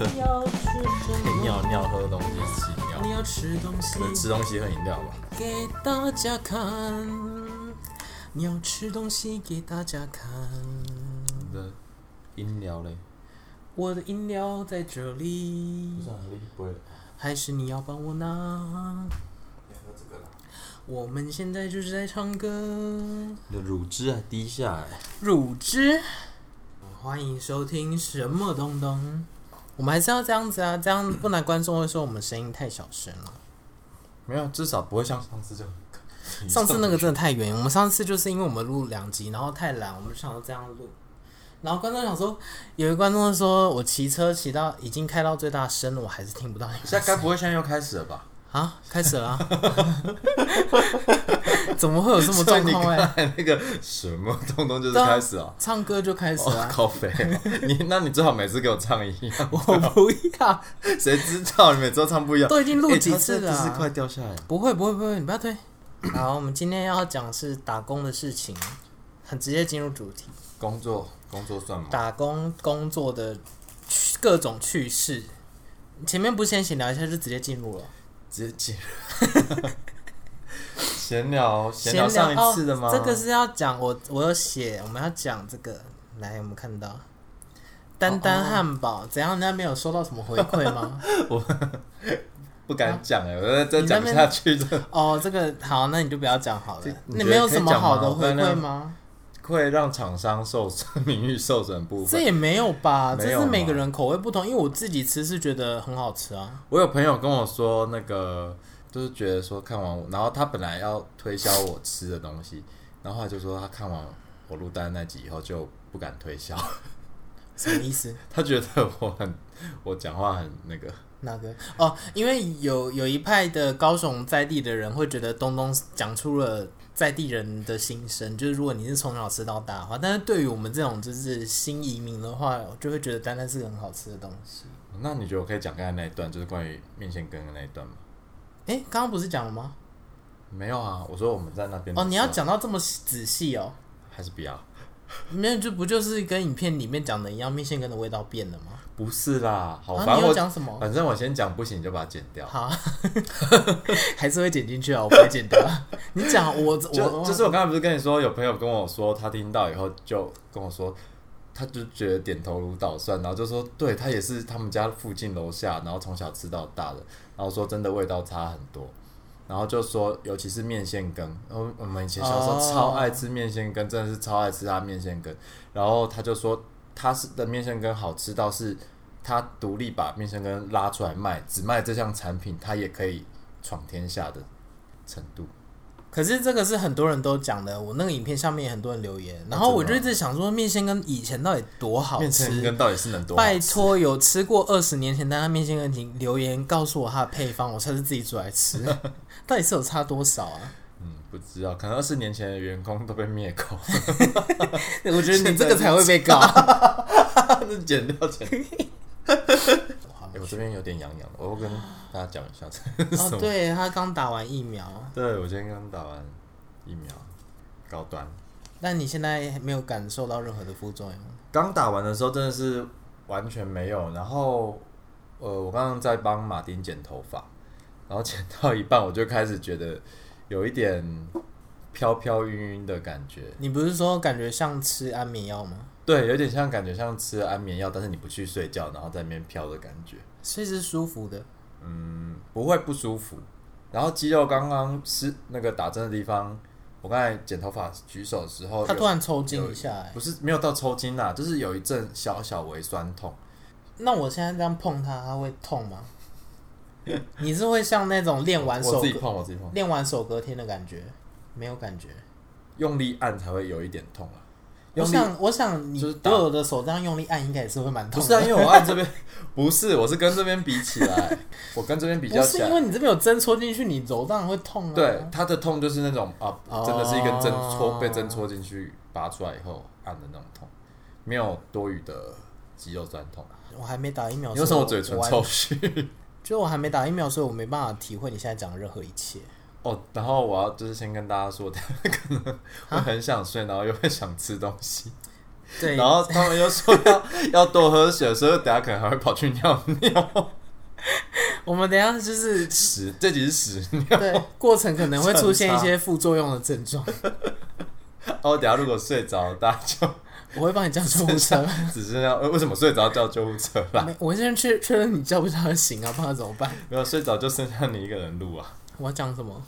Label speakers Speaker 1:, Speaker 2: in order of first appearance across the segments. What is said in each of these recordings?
Speaker 1: 你要吃什
Speaker 2: 可以
Speaker 1: 么？
Speaker 2: 尿尿、喝东西、吃饮
Speaker 1: 你
Speaker 2: 料，
Speaker 1: 要吃东西
Speaker 2: 可能吃东西喝饮料吧。
Speaker 1: 给大家看，你要吃东西给大家看。
Speaker 2: 你的音疗嘞？
Speaker 1: 我的饮料在这里，
Speaker 2: 很厉害。
Speaker 1: 还是你要帮我拿？我们现在就是在唱歌。
Speaker 2: 你的乳汁还滴下欸来，
Speaker 1: 乳汁。欢迎收听什么东东？我们还是要这样子啊，这样不然观众会说我们声音太小声了。
Speaker 2: 没有，至少不会像上次这样。
Speaker 1: 上次那个真的太远，我们上次就是因为我们录两集，然后太懒，我们就想要这样录。然后观众想说，有一个观众说我骑车骑到已经开到最大声了，我还是听不到你们
Speaker 2: 现在该不会现在又开始了吧？
Speaker 1: 啊，开始了、啊， 怎么会 有这么状况哎？
Speaker 2: 哎，那个什么东东就是
Speaker 1: 对啊
Speaker 2: 开始啊。
Speaker 1: 唱歌就开始了、啊
Speaker 2: 哦，靠肥、 你那你最好每次给我唱一样，
Speaker 1: 我不要，
Speaker 2: 谁知道你每次都唱不一样？
Speaker 1: 都已经录
Speaker 2: 哎
Speaker 1: 几
Speaker 2: 它
Speaker 1: 次
Speaker 2: 这
Speaker 1: 了啊
Speaker 2: 这是快掉下来了。
Speaker 1: 不会不会不会，你不要推。好，我们今天要讲是打工的事情，很直接进入主题。
Speaker 2: 工作工作算吗？
Speaker 1: 打工工作的趣各种趣事，前面不是先闲聊一下就直接进入了。
Speaker 2: 直接进。 闲聊，闲
Speaker 1: 聊
Speaker 2: 聊上一次的吗？
Speaker 1: 哦、这个是要讲我我有写，我们要讲这个。来，我们看到丹丹汉
Speaker 2: 哦
Speaker 1: 堡、怎样？你那边有收到什么回馈 吗？
Speaker 2: 不敢讲哎、我再
Speaker 1: 啊你
Speaker 2: 讲
Speaker 1: 那边
Speaker 2: 下去这
Speaker 1: 哦，这个好，那你就不要讲好了
Speaker 2: 这。你
Speaker 1: 你
Speaker 2: 觉得
Speaker 1: 没有什么好的
Speaker 2: 可以
Speaker 1: 回
Speaker 2: 讲吗
Speaker 1: 馈吗？
Speaker 2: 会让厂商受损、名誉受损部
Speaker 1: 这
Speaker 2: 分。
Speaker 1: 也没有吧，
Speaker 2: 没
Speaker 1: 这
Speaker 2: 有
Speaker 1: 是每
Speaker 2: 吗
Speaker 1: 个人口味不同。因为我自己吃是觉得很好吃啊。
Speaker 2: 我有朋友跟我说，那个就是觉得说看完我，然后他本来要推销我吃的东西，然后他就说他看完我录单那集以后就不敢推销，
Speaker 1: 什么意思？
Speaker 2: 他觉得我很我讲话很那个，
Speaker 1: 哪个？哦，因为有有一派的高雄在地的人会觉得东东讲出了在地人的心声，就是如果你是从小吃到大的话，但是对于我们这种就是新移民的话，我就会觉得丹丹是个很好吃的东西。
Speaker 2: 那你觉得我可以讲刚才那一段，就是关于面线羹的那一段吗？
Speaker 1: 诶，刚刚不是讲了吗？
Speaker 2: 没有啊，我说我们在那边的
Speaker 1: 哦，你要
Speaker 2: 时候
Speaker 1: 讲到这么仔细哦，
Speaker 2: 还是不要？
Speaker 1: 没有就不就是跟影片里面讲的一样，面线羹的味道变了吗？
Speaker 2: 不是啦，好，
Speaker 1: 啊，
Speaker 2: 反
Speaker 1: 你
Speaker 2: 正
Speaker 1: 要
Speaker 2: 我呃
Speaker 1: 讲什么？
Speaker 2: 反正我先讲不行就把它剪掉。
Speaker 1: 好， 还是会剪进去啊，我不会剪掉。 你讲我
Speaker 2: 就
Speaker 1: 我
Speaker 2: 就是我刚才不是跟你说，有朋友跟我说，他听到以后就跟我说，他就觉得点头如捣蒜，然后就说，对他也是他们家附近楼下，然后从小吃到大的，然后说真的味道差很多，然后就说尤其是面线羹，然后我们以前小时候
Speaker 1: 哦
Speaker 2: 超爱吃面线羹，真的是超爱吃他面线羹，然后他就说他是的面线羹好吃到是。他独立把面线羹拉出来卖，只卖这项产品，他也可以闯天下的程度。
Speaker 1: 可是这个是很多人都讲的，我那个影片上面也很多人留言，
Speaker 2: 哦
Speaker 1: 然后我就一直想说面线羹以前到底多好
Speaker 2: 面线
Speaker 1: 吃。
Speaker 2: 羹到底是能多好吃
Speaker 1: 拜托，有吃过二十年前但他面线羹，请留言告诉我它的配方，我下次自己煮来 吃。到底是有差多少啊？
Speaker 2: 嗯，不知道，可能二十年前的员工都被灭口，
Speaker 1: 我觉 得你这个才会被告。
Speaker 2: 那剪掉剪掉。欸我这边有点痒痒的，我会跟大家讲一下。这是什
Speaker 1: 哦，
Speaker 2: 么
Speaker 1: 对他刚打完疫苗，
Speaker 2: 对，我今天刚打完疫苗，高端。
Speaker 1: 但你现在没有感受到任何的副作用。
Speaker 2: 刚打完的时候真的是完全没有，然后呃，我刚刚在帮马丁剪头发，然后剪到一半我就开始觉得有一点飘飘晕晕的感觉，
Speaker 1: 你不是说感觉像吃安眠药吗？
Speaker 2: 对，有点像感觉像吃安眠药，但是你不去睡觉，然后在那边飘的感觉。
Speaker 1: 所以是舒服的。
Speaker 2: 嗯，不会不舒服。然后肌肉刚刚是那个打针的地方，我刚才剪头发举手的时候
Speaker 1: 他
Speaker 2: 哦有
Speaker 1: 突然抽筋一下、欸，
Speaker 2: 不是没有到抽筋啦，就是有一阵小小微酸痛。
Speaker 1: 那我现在这样碰它，它会痛吗？你是会像那种练完
Speaker 2: 我
Speaker 1: 手
Speaker 2: 自己
Speaker 1: 隔
Speaker 2: 碰，我自己碰，
Speaker 1: 练完手隔天的感觉？没有感觉。
Speaker 2: 用力按才会有一点痛 啊。
Speaker 1: 我
Speaker 2: 用力
Speaker 1: 想，我想你
Speaker 2: 就是
Speaker 1: 对
Speaker 2: 打
Speaker 1: 我的手这样用力按，应该也是会蛮
Speaker 2: 不
Speaker 1: 痛
Speaker 2: 是
Speaker 1: 的。
Speaker 2: 啊，因为我按这边 不是，我是跟这边比起 来，我跟这边比较
Speaker 1: 不
Speaker 2: 起
Speaker 1: 是因
Speaker 2: 来，
Speaker 1: 为你这边有针戳进去，你揉当然会痛啊。
Speaker 2: 对，它的痛就是那种啊，
Speaker 1: 哦
Speaker 2: 真的是一根针戳被针戳进去拔出来以后按的那种痛，没有多余的肌肉酸痛。
Speaker 1: 我还没打疫苗，
Speaker 2: 你为什么嘴唇
Speaker 1: 所以我
Speaker 2: 抽搐？
Speaker 1: 我就我还没打疫苗，所以我没办法体会你现在讲的任何一切。
Speaker 2: 哦，然后 我要就是先跟大家说，可能我很想睡，然后又会想吃东西，
Speaker 1: 对，
Speaker 2: 然后他们又说要 要多喝水，所以等下可能还会跑去尿尿。
Speaker 1: 我们等一下就是
Speaker 2: 屎， 这集是屎尿。
Speaker 1: 对过程可能会出现一些副作用的症状，
Speaker 2: 然后哦等下如果睡着，大家就
Speaker 1: 我会帮你叫救护 车。
Speaker 2: 只剩下呃为什么睡着叫救护车啦？
Speaker 1: 没我现在确确认你叫不叫得醒啊，不然怎么办？
Speaker 2: 没有睡着就剩下你一个人录啊。
Speaker 1: 我要讲什么？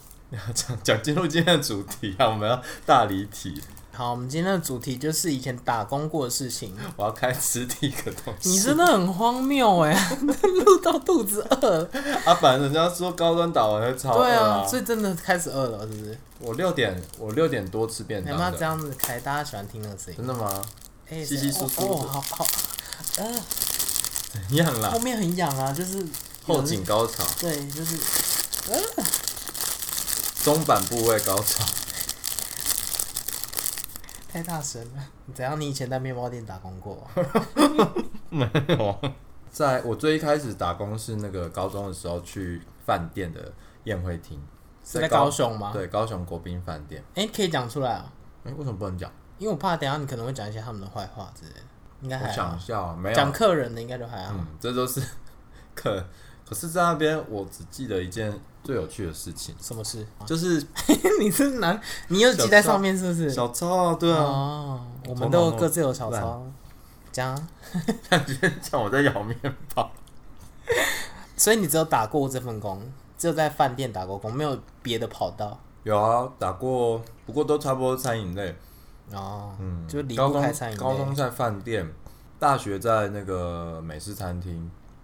Speaker 2: 讲讲进入今天的主题啊，我们要大离题，
Speaker 1: 好，我们今天的主题就是以前打工过的事 情。
Speaker 2: 我要开吃第一个东西。
Speaker 1: 你真的很荒谬哎、 录到肚子饿。
Speaker 2: 啊，反正人家说高端打完会超饿
Speaker 1: 对啊，所以真的开始饿了，是不是？
Speaker 2: 我六点我六点多吃便
Speaker 1: 你要
Speaker 2: 当
Speaker 1: 不要
Speaker 2: 的
Speaker 1: 这，样子开？大家喜欢听的声音。
Speaker 2: 真的吗？
Speaker 1: 哎
Speaker 2: 稀稀疏疏的
Speaker 1: 哦，哦好好，呃，
Speaker 2: 怎样啦
Speaker 1: 后？面很痒啊，就是
Speaker 2: 后颈，高潮，
Speaker 1: 对，就是
Speaker 2: 中板部位高潮，
Speaker 1: 太大声了。怎样？你以前在面包店打工过？
Speaker 2: 没有。在我最一开始打工是那个高中的时候去饭店的宴会厅，
Speaker 1: 是在高雄吗？
Speaker 2: 对，高雄国宾饭店。
Speaker 1: 哎、可以讲出来啊，
Speaker 2: 哎、为什么不能讲？
Speaker 1: 因为我怕等一下你可能会讲一些他们的坏话之类的，应该
Speaker 2: 我
Speaker 1: 还
Speaker 2: 想
Speaker 1: 好
Speaker 2: 一。下啊，没有
Speaker 1: 讲客人的应该就还好。
Speaker 2: 嗯，这都是 可可是，在那边我只记得一件最有趣的事情，
Speaker 1: 什么事？
Speaker 2: 就是
Speaker 1: 你是男，你有记在上面是不是？
Speaker 2: 小抄啊，对啊，
Speaker 1: 哦，我们都各自有小抄。
Speaker 2: 哦
Speaker 1: 讲啊，
Speaker 2: 像我在咬面包，
Speaker 1: 所以你只有打过这份工，只有在饭店打过工，没有别的跑道。
Speaker 2: 有啊，打过，不过都差不多餐饮类，
Speaker 1: 哦，
Speaker 2: 嗯，
Speaker 1: 就离
Speaker 2: 高
Speaker 1: 不
Speaker 2: 中
Speaker 1: 开餐饮
Speaker 2: 高中
Speaker 1: 业，
Speaker 2: 在饭店，大学在那个美式餐厅，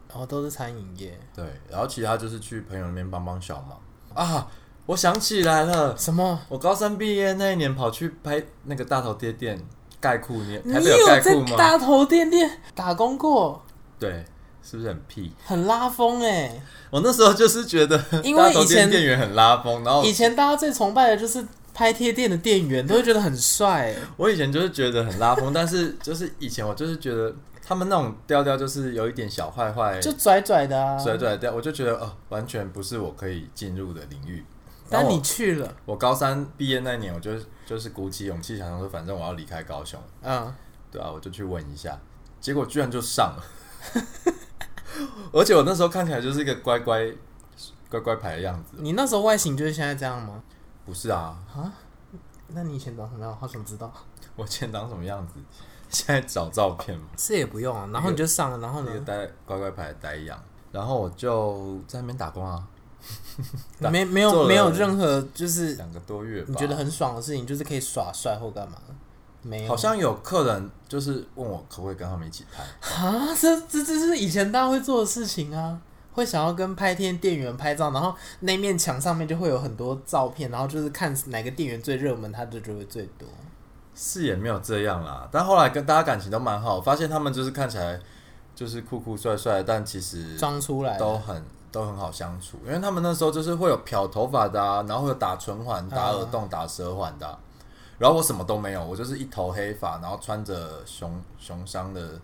Speaker 1: 然哦后都是餐饮业。
Speaker 2: 对，然后其他就是去朋友那边帮帮小忙啊，我想起来了。
Speaker 1: 什么？
Speaker 2: 我高三毕业那一年，跑去拍那个大头贴店盖裤，你
Speaker 1: 你
Speaker 2: 台北盖
Speaker 1: 在
Speaker 2: 裤吗？
Speaker 1: 大头店店打工过，
Speaker 2: 对，是不是很屁？
Speaker 1: 很拉风哎、
Speaker 2: 我那时候就是觉得
Speaker 1: 因为
Speaker 2: 大头
Speaker 1: 以前
Speaker 2: 店店员很拉风，然后
Speaker 1: 以前大家最崇拜的就是拍贴店的店员，都会觉得很帅、欸。
Speaker 2: 我以前就是觉得很拉风， 但是就是以前我就是觉得他们那种调调就是有一点小坏坏，
Speaker 1: 就拽拽的啊。
Speaker 2: 拽拽的调，我就觉得哦、呃完全不是我可以进入的领域。然
Speaker 1: 但
Speaker 2: 后
Speaker 1: 你去了，
Speaker 2: 我高三毕业那年，我就就是鼓起勇气想说，反正我要离开高雄，
Speaker 1: 嗯，
Speaker 2: 对啊，我就去问一下，结果居然就上了， 而且我那时候看起来就是一个乖乖乖乖牌的样子，
Speaker 1: 你那时候外形就是现在这样吗？
Speaker 2: 不是啊，
Speaker 1: 那你以前长什么样？好想知道。
Speaker 2: 我以前长什么样子？现在找照片嘛，
Speaker 1: 这也不用啊，然后你就上了，然后
Speaker 2: 一个
Speaker 1: 呢？
Speaker 2: 呆乖乖牌的呆样，然后我就在那边打工啊，打
Speaker 1: 没没
Speaker 2: 做
Speaker 1: 有
Speaker 2: 了
Speaker 1: 没有任何就是
Speaker 2: 两个多月吧。
Speaker 1: 你觉得很爽的事情，就是可以耍帅或干嘛？没有，
Speaker 2: 好像有客人就是问我可不可以跟他们一起拍，
Speaker 1: 啊，这这这是以前大家会做的事情啊，会想要跟拍店店员拍照，然后那面墙上面就会有很多照片，然后就是看哪个店员最热门，他的就会最多。
Speaker 2: 是也没有这样啦。但后来跟大家感情都蛮好，发现他们就是看起来就是酷酷帅帅，但其实
Speaker 1: 装出来
Speaker 2: 都
Speaker 1: 的，
Speaker 2: 很都很好相处，因为他们那时候就是会有漂头发的啊，然后会有打唇环、打
Speaker 1: 嗯
Speaker 2: 耳洞、打舌环的啊、然后我什么都没有，我就是一头黑发，然后穿着熊熊商的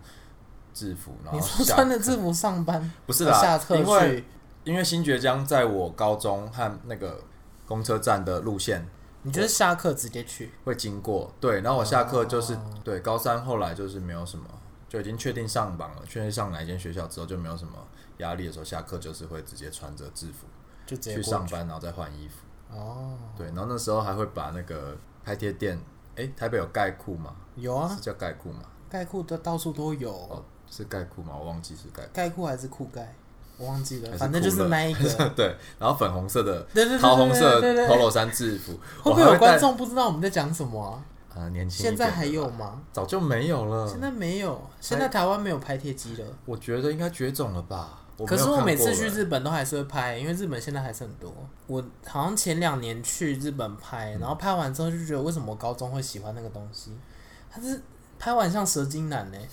Speaker 2: 制服，然后
Speaker 1: 你说
Speaker 2: 下
Speaker 1: 穿着制服上班，
Speaker 2: 不是
Speaker 1: 下
Speaker 2: 啦，
Speaker 1: 课
Speaker 2: 因为
Speaker 1: 去，
Speaker 2: 因为新觉江在我高中和那个公车站的路线
Speaker 1: 你就是下课直接去，
Speaker 2: 会经过，对，然后我下课就是、
Speaker 1: 哦
Speaker 2: 对高三后来就是没有什么，就已经确定上榜了，确定上哪一间学校之后就没有什么压力的时候，下课就是会直接穿着制服。
Speaker 1: 就直接
Speaker 2: 去
Speaker 1: 过
Speaker 2: 上班，然后再换衣服。
Speaker 1: 哦，
Speaker 2: 对，然后那时候还会把那个拍贴店，诶，台北有盖库吗？
Speaker 1: 有啊，
Speaker 2: 是叫盖库吗？
Speaker 1: 盖裤都到处都有。
Speaker 2: 哦，是盖库吗？我忘记是盖
Speaker 1: 盖裤还是裤盖，我忘记
Speaker 2: 还
Speaker 1: 了，
Speaker 2: 是
Speaker 1: 反正就是那一个。
Speaker 2: 库。对，然后粉红色的
Speaker 1: 对对对对对对对
Speaker 2: 桃红色
Speaker 1: 对对对
Speaker 2: 的 polo 衫制服，
Speaker 1: 会
Speaker 2: 我
Speaker 1: 不会
Speaker 2: 还
Speaker 1: 有
Speaker 2: 会带
Speaker 1: 观众不知道我们在讲什么啊？
Speaker 2: 啊，年轻一
Speaker 1: 现
Speaker 2: 点
Speaker 1: 在
Speaker 2: 的
Speaker 1: 还有吗？
Speaker 2: 早就没有了
Speaker 1: 现。在没有，现在台湾没有拍贴机了。
Speaker 2: 我觉得应该绝种了吧？我没
Speaker 1: 可
Speaker 2: 有
Speaker 1: 是我
Speaker 2: 看
Speaker 1: 每次
Speaker 2: 过
Speaker 1: 去
Speaker 2: 了
Speaker 1: 日本都还是会拍，因为日本现在还是很多。我好像前两年去日本
Speaker 2: 嗯
Speaker 1: 拍，然后拍完之后就觉得，为什么我高中会喜欢那个东西？它是拍完像蛇精男呢、欸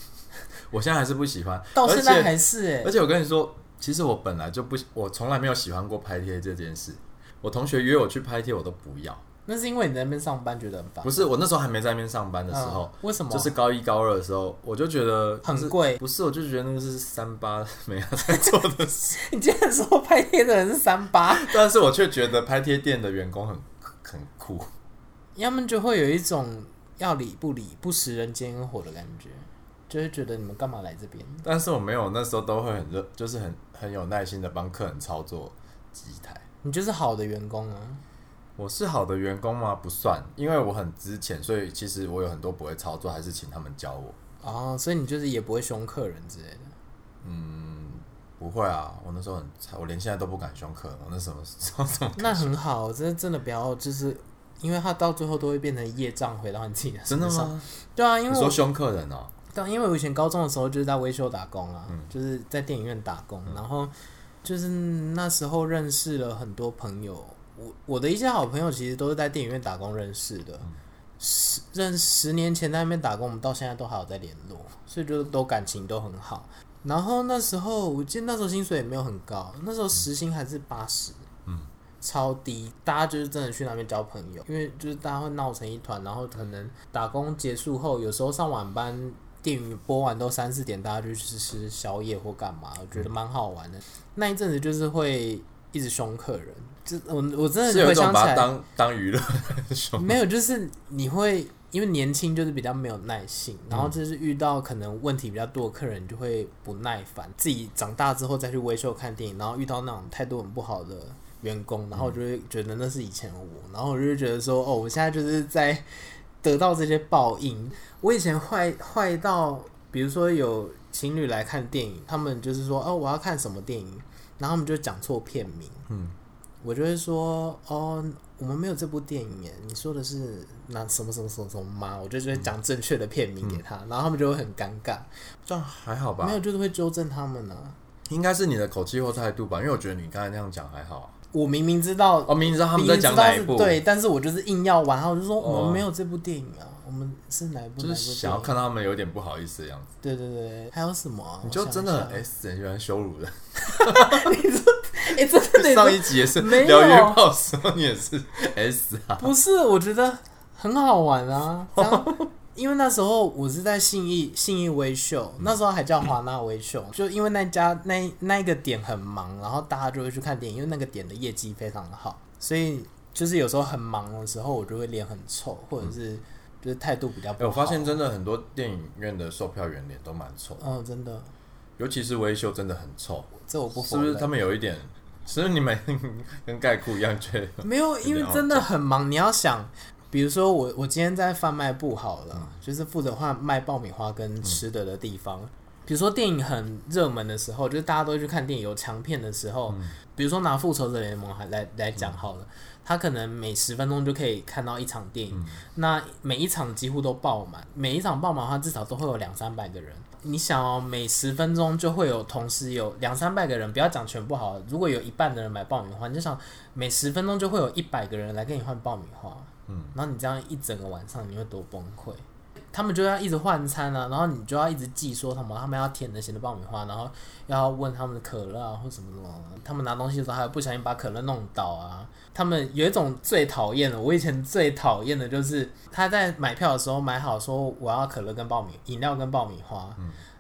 Speaker 2: 我现在还是不喜欢，
Speaker 1: 到现在
Speaker 2: 而且
Speaker 1: 还是哎、
Speaker 2: 而且我跟你说，其实我本来就不，我从来没有喜欢过拍贴这件事。我同学约我去拍贴，我都不要。
Speaker 1: 那是因为你在那边上班觉得很烦。
Speaker 2: 不是，我那时候还没在那边上班的时候，
Speaker 1: 嗯为什么？
Speaker 2: 就是高一高二的时候，我就觉得
Speaker 1: 很
Speaker 2: 就是
Speaker 1: 贵
Speaker 2: 不是，我就觉得那个是三八没有 在做的事，
Speaker 1: 你竟然说拍贴的人是三八，
Speaker 2: 但是我却觉得拍贴店的员工很很酷，
Speaker 1: 要么就会有一种要理不理，不食人间烟火的感觉，就是觉得你们干嘛来这边？
Speaker 2: 但是我没有，那时候都会很热，就是很很有耐心的帮客人操作机台。
Speaker 1: 你就是好的员工啊。
Speaker 2: 我是好的员工吗？不算，因为我很之前，所以其实我有很多不会操作，还是请他们教我。
Speaker 1: 哦，所以你就是也不会凶客人之类的。
Speaker 2: 不会啊，我那时候很菜，我连现在都不敢凶客人。我那时候什么什么，
Speaker 1: 那很好，真的真的不要，就是因为他到最后都会变成业障回到你自己的身
Speaker 2: 真 的
Speaker 1: 上。
Speaker 2: 吗？
Speaker 1: 对啊，因
Speaker 2: 你
Speaker 1: 为
Speaker 2: 说
Speaker 1: 我
Speaker 2: 凶客人哦、
Speaker 1: 当因为我以前高中的时候就是在维修打工啊，
Speaker 2: 嗯
Speaker 1: 就是在电影院打工，然后就是那时候认识了很多朋友。我我的一些好朋友其实都是在电影院打工认识的，十认十年前在那边打工，我们到现在都还有在联络，所以就都感情都很好。然后那时候我记得那时候薪水也没有很高，那时候时薪还是八十，
Speaker 2: 嗯，
Speaker 1: 超低。大家就是真的去那边交朋友，因为就是大家会闹成一团，然后可能打工结束后，有时候上晚班。电影播完都三四点，大家就去吃吃宵夜或干嘛，我觉得蛮好玩的。那一阵子就是会一直凶客人，这我我真
Speaker 2: 是
Speaker 1: 的
Speaker 2: 有
Speaker 1: 回
Speaker 2: 一种
Speaker 1: 想起
Speaker 2: 把它
Speaker 1: 来，
Speaker 2: 当当娱乐 的凶。
Speaker 1: 没有，就是你会因为年轻就是比较没有耐性，然后就是遇到可能问题比较多的客人，你就会不耐烦。自己长大之后再去微秀看电影，然后遇到那种态度很不好的员工，然后我就会觉得那是以前的我，然后我就会觉得说，哦，我现在就是在 得到这些报应。我以前坏坏到，比如说有情侣来看电影，他们就是说，哦，我要看什么电影，然后他们就讲错片名。我就会说，哦，我们没有这部电影耶，你说的是哪什么什么什么什么吗？我就就会讲正确的片名给他，然后他们就会很尴尬，
Speaker 2: 这样还嗯好吧
Speaker 1: 没？有就是会纠正他们呢、
Speaker 2: 应该是你的口气或态度吧，因为我觉得你刚才那样讲还好啊。
Speaker 1: 我明明知道，
Speaker 2: 哦，明明知道他们
Speaker 1: 明
Speaker 2: 在
Speaker 1: 明知
Speaker 2: 讲
Speaker 1: 道
Speaker 2: 哪一
Speaker 1: 是
Speaker 2: 部，
Speaker 1: 对，但是我就是硬要玩，然后我就说
Speaker 2: 哦
Speaker 1: 我们没有这部电影啊，我们是哪一部？
Speaker 2: 就是想
Speaker 1: 哪一
Speaker 2: 要
Speaker 1: 部电影
Speaker 2: 看到他们有点不好意思的样子。
Speaker 1: 对对对，还有什么、啊？
Speaker 2: 你就
Speaker 1: 我想
Speaker 2: 真的
Speaker 1: 一
Speaker 2: 很
Speaker 1: 下
Speaker 2: S，很喜欢 羞辱人。
Speaker 1: 哎、真的你
Speaker 2: 上一集也是
Speaker 1: 没有
Speaker 2: 聊约炮的时候，你也是 S 啊。
Speaker 1: 不是，我觉得很好玩 啊。这样因为那时候我是在信义信义微秀，
Speaker 2: 嗯
Speaker 1: 那时候还叫华纳微秀，就因为那家那那一个点很忙，然后大家就会去看电影，因为那个点的业绩非常的好，所以就是有时候很忙的时候，我就会脸很臭，或者是就是态度比较不
Speaker 2: 嗯哎，
Speaker 1: 好。
Speaker 2: 我发现真的很多电影院的售票员脸都蛮臭的，
Speaker 1: 嗯，真的，
Speaker 2: 尤其是微秀真的很臭，
Speaker 1: 这我不
Speaker 2: 是
Speaker 1: 否
Speaker 2: 不
Speaker 1: 认。
Speaker 2: 是？他们有一点，是不是你们 跟盖库一样觉得？
Speaker 1: 没有，因为真的很忙。你要想，比如说我我今天在贩卖部好了，就是负责贩卖爆米花跟吃的的地方。比如说电影很热门的时候，就是大家都会去看电影，有强片的时候，比如说拿《复仇者联盟》还来来讲好了，他可能每十分钟就可以看到一场电影，那每一场几乎都爆满，每一场爆满的话至少都会有两三百个人。你想哦，每十分钟就会有同时有两三百个人，不要讲全部好了，如果有一半的人买爆米花，你就想每十分钟就会有一百个人来跟你换爆米花，嗯，然后你这样一整个晚啊上，你会多崩溃。他们就要一直换餐啊，然后你就要一直记说什么他们要甜的、咸的爆米花，然后要问他们的可乐啊或什么什么的，他们拿东西的时候还有不小心把可乐弄倒啊。他们有一种最讨厌的，我以前最讨厌的就是他在买票的时候买好说我要可乐跟爆米饮料跟爆米花，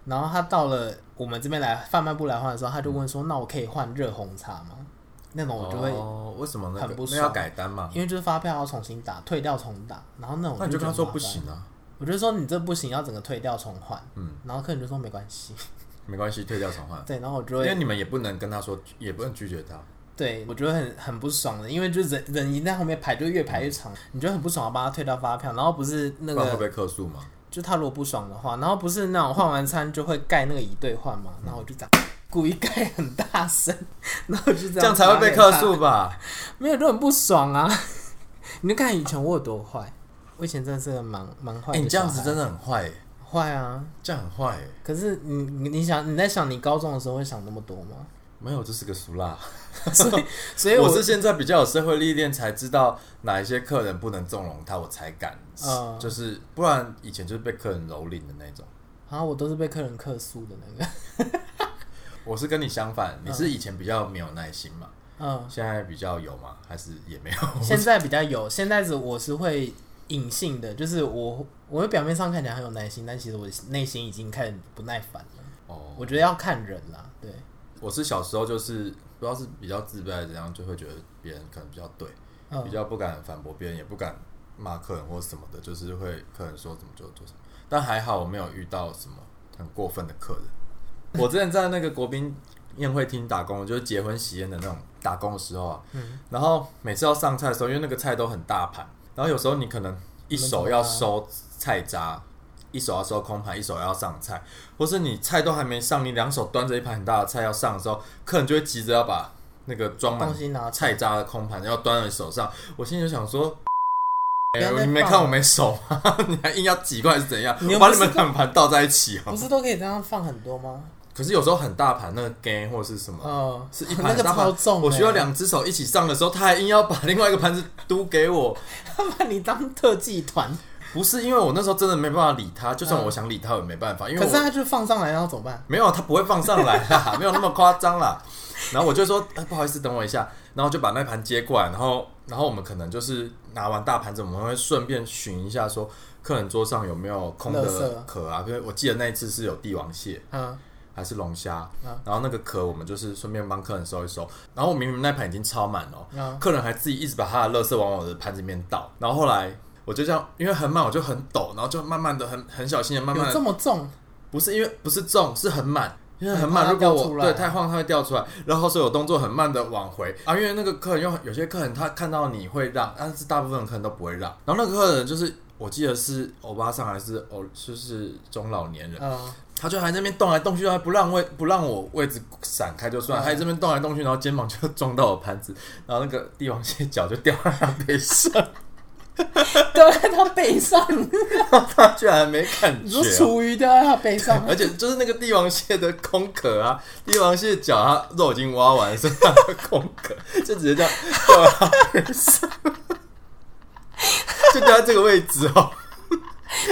Speaker 1: 然后他到了我们这边来贩卖部来换的时候，他就问说、那我可以换热红茶吗？那种我就会
Speaker 2: 哦，为什么那
Speaker 1: 很
Speaker 2: 个
Speaker 1: 不
Speaker 2: 那
Speaker 1: 爽
Speaker 2: 要改单嘛？
Speaker 1: 因为就是发票要重新打，退掉重打，然后那种
Speaker 2: 那你就
Speaker 1: 觉
Speaker 2: 跟
Speaker 1: 得
Speaker 2: 他说
Speaker 1: 很麻
Speaker 2: 不
Speaker 1: 烦，
Speaker 2: 行啊，
Speaker 1: 我就说你这不行，要整个退掉重换，
Speaker 2: 嗯，
Speaker 1: 然后客人就说没关系，
Speaker 2: 没关系，退掉重换。
Speaker 1: 对，然后我就
Speaker 2: 因
Speaker 1: 会
Speaker 2: 为你们也不能跟他说，也不能拒绝他。
Speaker 1: 对我觉得很很不爽的，因为就人人已经在后面排，就越排越长，你就很不爽，要帮他退掉发票，然后不是那
Speaker 2: 嗯不然会
Speaker 1: 个，
Speaker 2: 被客诉嘛？
Speaker 1: 就他如果不爽的话，然后不是那种换完餐就会盖那个以兑换嘛，然后我就这样故意盖很大声，然后就这样
Speaker 2: 这样才会被客
Speaker 1: 骂给
Speaker 2: 诉吧？
Speaker 1: 他，没有就很不爽啊！ 你就看以前我有多坏，我以前真的是个蛮蛮坏的小
Speaker 2: 哎、
Speaker 1: 孩、
Speaker 2: 你这样子真的很坏、欸，
Speaker 1: 坏啊！
Speaker 2: 这样很坏、欸。
Speaker 1: 可是你你你想你在想你高中的时候会想那么多吗？
Speaker 2: 没有，这是个俗辣。
Speaker 1: 所以所以
Speaker 2: 我
Speaker 1: 哎我
Speaker 2: 是现在比较有社会历练，才知道哪一些客人不能纵容他，我才敢，
Speaker 1: 嗯
Speaker 2: 就是不然以前就是被客人蹂躏的那种。
Speaker 1: 啊，我都是被客人客诉的那个，
Speaker 2: 我是跟你相反，你是以前比较没有耐心嘛，
Speaker 1: 嗯，
Speaker 2: 现在比较有吗？还是也没有？
Speaker 1: 现在比较有，现在是我是会隐性的，就是我我会表面上看起来很有耐心，但其实我内心已经开始不耐烦了。
Speaker 2: 哦，
Speaker 1: 我觉得要看人啦，对，
Speaker 2: 我是小时候就是不知道是比较自卑还是怎样，就会觉得别人可能比较对，
Speaker 1: 嗯
Speaker 2: 比较不敢反驳别人，也不敢骂客人或什么的，就是会客人说怎么就做什么。但还好我没有遇到什么很过分的客人。我之前在那个国宾宴会厅打工，就是结婚喜宴的那种打工的时候啊，
Speaker 1: 嗯
Speaker 2: 然后每次要上菜的时候，因为那个菜都很大盘，然后有时候你可能一手要收菜渣，一手要收空盘，一手要上菜，或是你菜都还没上，你两手端着一盘很大的菜要上的时候，客人就会急着要把那个装满
Speaker 1: 东西拿出
Speaker 2: 菜渣的空盘要端在手上，我心里就想说。
Speaker 1: 不
Speaker 2: 哎
Speaker 1: 要再
Speaker 2: 你没
Speaker 1: 放
Speaker 2: 看我没手吗？ 你还硬要挤过来是怎样？
Speaker 1: 你又
Speaker 2: 我把
Speaker 1: 不
Speaker 2: 你
Speaker 1: 是
Speaker 2: 们两盘倒在一起
Speaker 1: 不
Speaker 2: 哦。
Speaker 1: 是都可以这样放很多吗？
Speaker 2: 可是有时候很大盘那个 game 或者是什么，
Speaker 1: 嗯，
Speaker 2: 哦是一
Speaker 1: 那
Speaker 2: 盘
Speaker 1: 个
Speaker 2: 大盘
Speaker 1: 超重、欸，
Speaker 2: 我需要，两只手一起上的时候，他还硬要把另外一个盘子嘟给我，
Speaker 1: 他 把你当特技团，
Speaker 2: 不是因为我那时候真的没办法理他，就算
Speaker 1: 嗯
Speaker 2: 我想理他我也没办法，因
Speaker 1: 可
Speaker 2: 为
Speaker 1: 是
Speaker 2: 我
Speaker 1: 他就放上来，然后怎么办？
Speaker 2: 没有他不会放上来啦，没有那么夸张啦。 然后我就说、哎，不好意思，等我一下，然后就把那盘接过来，然后然后我们可能就是拿完大盘子，我们会顺便寻一下说客人桌上有没有空
Speaker 1: 垃圾
Speaker 2: 的壳啊，因为我记得那一次是有帝王蟹。
Speaker 1: 嗯，
Speaker 2: 还是龙虾，
Speaker 1: 嗯
Speaker 2: 然后那个壳我们就是顺便帮客人收一收。然后我明明那盘已经超满了哦，
Speaker 1: 嗯
Speaker 2: 客人还自己一直把他的垃圾往我的盘子里面倒。然后后来我就这样，因为很满，我就很抖，然后就慢慢的很很小心的慢慢
Speaker 1: 有这
Speaker 2: 的，
Speaker 1: 么重？
Speaker 2: 不是因为不是重，是很满。因为很
Speaker 1: 很怕它
Speaker 2: 慢，如果
Speaker 1: 掉出
Speaker 2: 我
Speaker 1: 来
Speaker 2: 对太晃，它会掉出来。然后所以我动作很慢的往回啊，因为那个客人又有些客人他看到你会让，但是大部分的客人都不会让。然后那个客人就是我记得是欧巴桑还是欧就是中老年人，
Speaker 1: 嗯，
Speaker 2: 他就还在那边动来动去，还不让位不让我位置闪开就
Speaker 1: 嗯
Speaker 2: 算，还这边动来动去，然后肩膀就撞到我盘子，然后那个帝王蟹 脚就掉在他 背上，
Speaker 1: 掉在他背上，
Speaker 2: 啊他居然还没感
Speaker 1: 你说
Speaker 2: 觉哦、
Speaker 1: 厨余掉在他背上，
Speaker 2: 而且就是那个帝王蟹的空壳啊，帝王蟹脚它肉已经挖完了，剩下的空壳就直接这样掉在他背上，就掉在这个位置哦。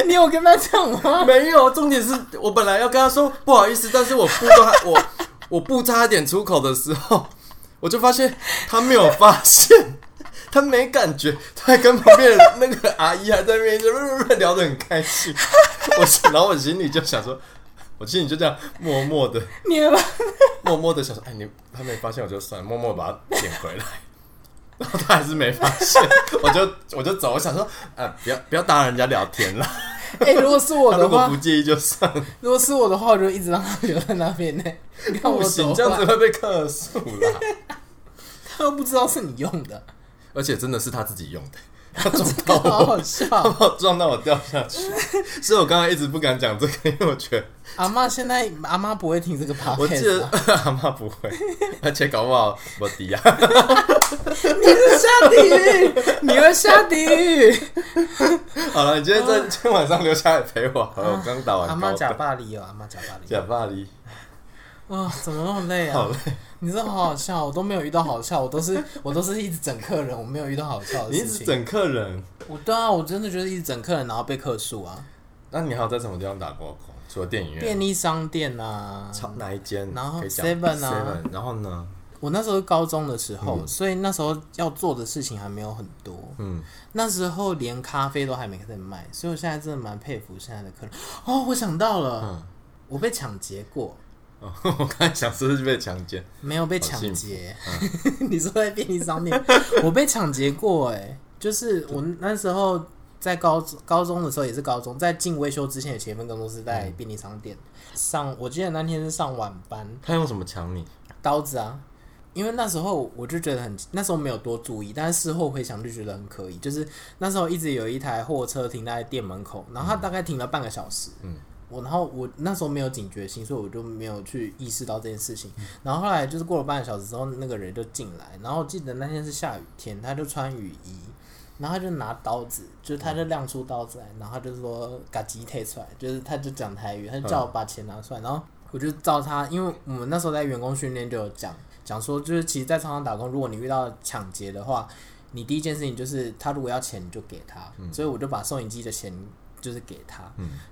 Speaker 1: 你有跟他讲吗？
Speaker 2: 没有，重点是我本来要跟他说不好意思，但是我布都还我我布差点出口的时候，我就发现他没有发现，他没感觉，他还跟旁边的那个阿姨还在那边就聊得很开心。我然后我心里就想说，我心里就这样默默的
Speaker 1: 你 有没有
Speaker 2: 默默的想说，哎，你他没发现我就算了，默默地把它捡回来。 然后他还是没发现， 我就我就走，我想说，呃，不要不要打扰人家聊天了。
Speaker 1: 哎、如果是 我
Speaker 2: 他
Speaker 1: 的
Speaker 2: 如果
Speaker 1: 话
Speaker 2: 不，介意就算了。
Speaker 1: 如果是我的话，我就一直让他留在那 边呢、你 看
Speaker 2: 不
Speaker 1: 我啊
Speaker 2: 行，这
Speaker 1: 怎么办
Speaker 2: 样子，会被克数啦。
Speaker 1: 他又不知道是你用的，
Speaker 2: 而且真的是他自己用 的，他撞到
Speaker 1: 好
Speaker 2: 我，
Speaker 1: 好笑。
Speaker 2: 他把我撞到我掉下 去。所以我刚刚一直不敢讲这个，因为我觉得
Speaker 1: 阿妈现在阿妈不会听这个
Speaker 2: 我记
Speaker 1: podcast，、
Speaker 2: 得
Speaker 1: 啊、
Speaker 2: 阿妈不会，而且搞不好我啊迪亚。
Speaker 1: 你是下地狱，你会下地狱。
Speaker 2: 好了，你今天在今天晚上留下来陪我好了，我刚打
Speaker 1: 啊阿
Speaker 2: 完
Speaker 1: 妈假
Speaker 2: 高
Speaker 1: 巴黎哦，阿妈假巴黎。
Speaker 2: 假巴黎，
Speaker 1: 哇，怎么那么累啊
Speaker 2: 好？嘞，
Speaker 1: 你真的好好笑，我都没有遇到好笑，我都是我都是一直整客人，我没有遇到好笑的
Speaker 2: 你一
Speaker 1: 事
Speaker 2: 直
Speaker 1: 情。
Speaker 2: 整客人，
Speaker 1: 我对啊，我真的就是一直整客人，然后被客诉啊，
Speaker 2: 那你还有在什么地方打过工？除了电影院，
Speaker 1: 便利商店啊，
Speaker 2: 啊超哪一间？
Speaker 1: 然后
Speaker 2: 可以讲
Speaker 1: Seven 啊
Speaker 2: Seven，然后呢？
Speaker 1: 我那时候是高中的时候，所以那时候要做的事情还没有很多。
Speaker 2: 嗯，
Speaker 1: 那时候连咖啡都还没在卖，所以我现在真的蛮佩服现在的客人。哦，我想到了，
Speaker 2: 嗯
Speaker 1: 我被抢劫过，
Speaker 2: 哦，我刚才想是不是被强奸？
Speaker 1: 没有被
Speaker 2: 好
Speaker 1: 抢
Speaker 2: 幸福啊
Speaker 1: 劫。 你说在便利商店，我被抢劫过、哎，就是我那时候在高高中的时候也是高中，在进维修之前的前一份工作是
Speaker 2: 嗯
Speaker 1: 在便利商店、上，我记得那天是上晚班，
Speaker 2: 他用什么抢你？
Speaker 1: 刀子啊，因为那时候我就觉得很，那时候没有多注意，但是事后回想就觉得很可疑。就是那时候一直有一台货车停在店门口，然后它大概停了半个小时。
Speaker 2: 嗯，
Speaker 1: 我然后我那时候没有警觉心，所以我就没有去意识到这件事情。然后后来就是过了半个小时之后，那个人就进来，然后我记得那天是下雨天，他就穿雨衣。然后他就拿刀子，就是他就亮出刀子来，然后他就说“嘎吉退出来”，就是他就讲台语，他就叫我把钱拿出来，然后我就照他，因为我们那时候在员工训练就有讲讲说，就是其实，在超商打工，如果你遇到抢劫的话，你第一件事情就是他如果要钱你就给他，
Speaker 2: 嗯
Speaker 1: 所以我就把收银机的钱就是给他，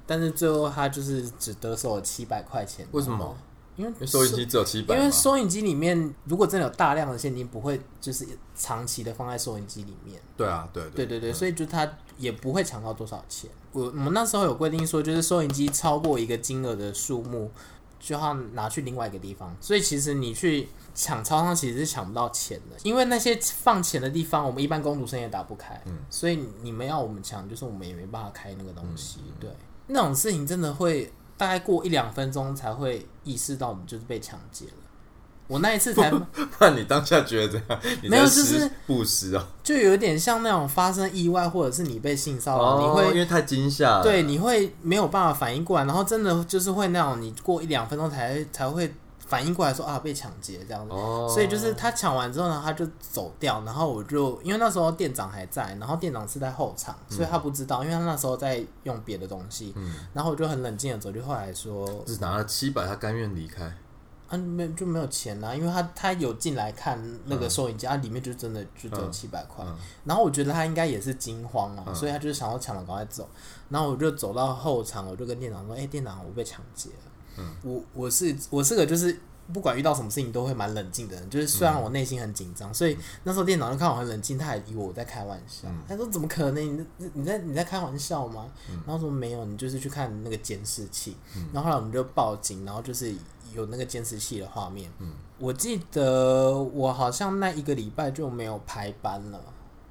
Speaker 1: 但是最后他就是只得手七百块钱，
Speaker 2: 为什么？
Speaker 1: 因为
Speaker 2: 因为收银机只有七百
Speaker 1: 哦因
Speaker 2: 嘛，
Speaker 1: 为收银机里面如果真的有大量的现金，不会就是长期的放在收银机里面。
Speaker 2: 对啊，对
Speaker 1: 对对对，所以就他也不会抢到多少钱。我我们那时候有规定说，就是收银机超过一个金额的数目，就要拿去另外一个地方。所以其实你去抢超商其实是抢不到钱的，因为那些放钱的地方，我们一般工读生也打不开。
Speaker 2: 嗯
Speaker 1: 所以你们要我们抢，就是我们也没办法开那个东西。对，那种事情真的会大概过一两分钟才会意识到我们就是被抢劫了。我那一次才
Speaker 2: 那你当下觉得怎样？你
Speaker 1: 没有
Speaker 2: 在
Speaker 1: 就是
Speaker 2: 吃不时哦，
Speaker 1: 就有点像那种发生意外，或者是你被性骚扰，你
Speaker 2: 哦因
Speaker 1: 会
Speaker 2: 为太惊吓了。
Speaker 1: 对，你会没有办法反应过来，然后真的就是会那种，你过一两分钟才才会反应过来说啊被抢劫这样子。
Speaker 2: 哦，
Speaker 1: 所以就是他抢完之后呢，他就走掉，然后我就因为那时候店长还在，然后店长是在后场，
Speaker 2: 嗯
Speaker 1: 所以他不知道，因为他那时候在用别的东西，然后我就很冷静的走去后来说，
Speaker 2: 只拿了七百，他甘愿离开。
Speaker 1: 啊没有就没有钱啦、因为他他有进来看那个收银机，啊里面就真的就只有
Speaker 2: 嗯
Speaker 1: 七百块，
Speaker 2: 嗯
Speaker 1: 然后我觉得他应该也是惊慌啊，
Speaker 2: 嗯
Speaker 1: 所以他就是想要抢了赶快走。然后我就走到后场，我就跟店长说：“哎、店长，我被抢劫了。我我是我是个就是不管遇到什么事情都会蛮冷静的人，就是虽然我内心很紧张，所以那时候店长就看我很冷静，他还以为我在开玩笑。他说：“怎么可能？你你在你在开玩笑吗？”然后说：“没有，你就是去看那个监视器。然后后来我们就报警，然后就是有那个监视器的画面。我记得我好像那一个礼拜就没有排班了。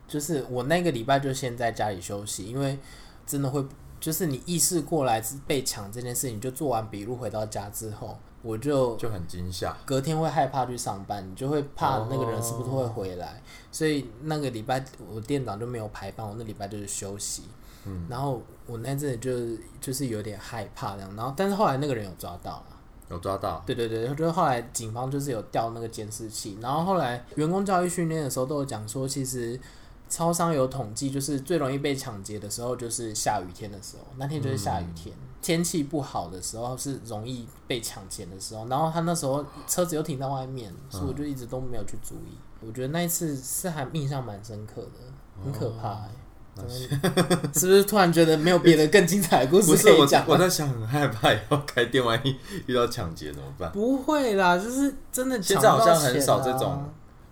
Speaker 1: 就是我那个礼拜就先在家里休息，因为真的会，就是你意识过来是被抢这件事情，就做完笔录回到家之后，我就
Speaker 2: 就很惊吓。
Speaker 1: 隔天会害怕去上班，你就会怕那个人是不是会回来，所以那个礼拜我店长就没有排班，我那礼拜就是休息。嗯，然后我那阵子就是就是有点害怕这样，然后但是后来那个人有抓到了。
Speaker 2: 有抓到，
Speaker 1: 对对对，就是后来警方就是有调那个监视器，然后后来员工教育训练的时候都有讲说，其实超商有统计，就是最容易被抢劫的时候就是下雨天的时候，那天就是下雨天，
Speaker 2: 嗯
Speaker 1: 天气不好的时候是容易被抢劫的时候。然后他那时候车子又停在外面，所以我就一直都没有去注意。我觉得那一次是还印象蛮深刻的，很可怕、欸。
Speaker 2: 哦那
Speaker 1: 是不是突然觉得没有别的更精彩的故事
Speaker 2: 不是
Speaker 1: 可
Speaker 2: 我
Speaker 1: 以讲，
Speaker 2: 我
Speaker 1: 了？
Speaker 2: 在想，很害怕以后开店万一遇到抢劫怎么办？
Speaker 1: 不会啦，就是真的抢
Speaker 2: 现
Speaker 1: 不
Speaker 2: 在
Speaker 1: 到
Speaker 2: 好
Speaker 1: 钱啊。
Speaker 2: 像很少这种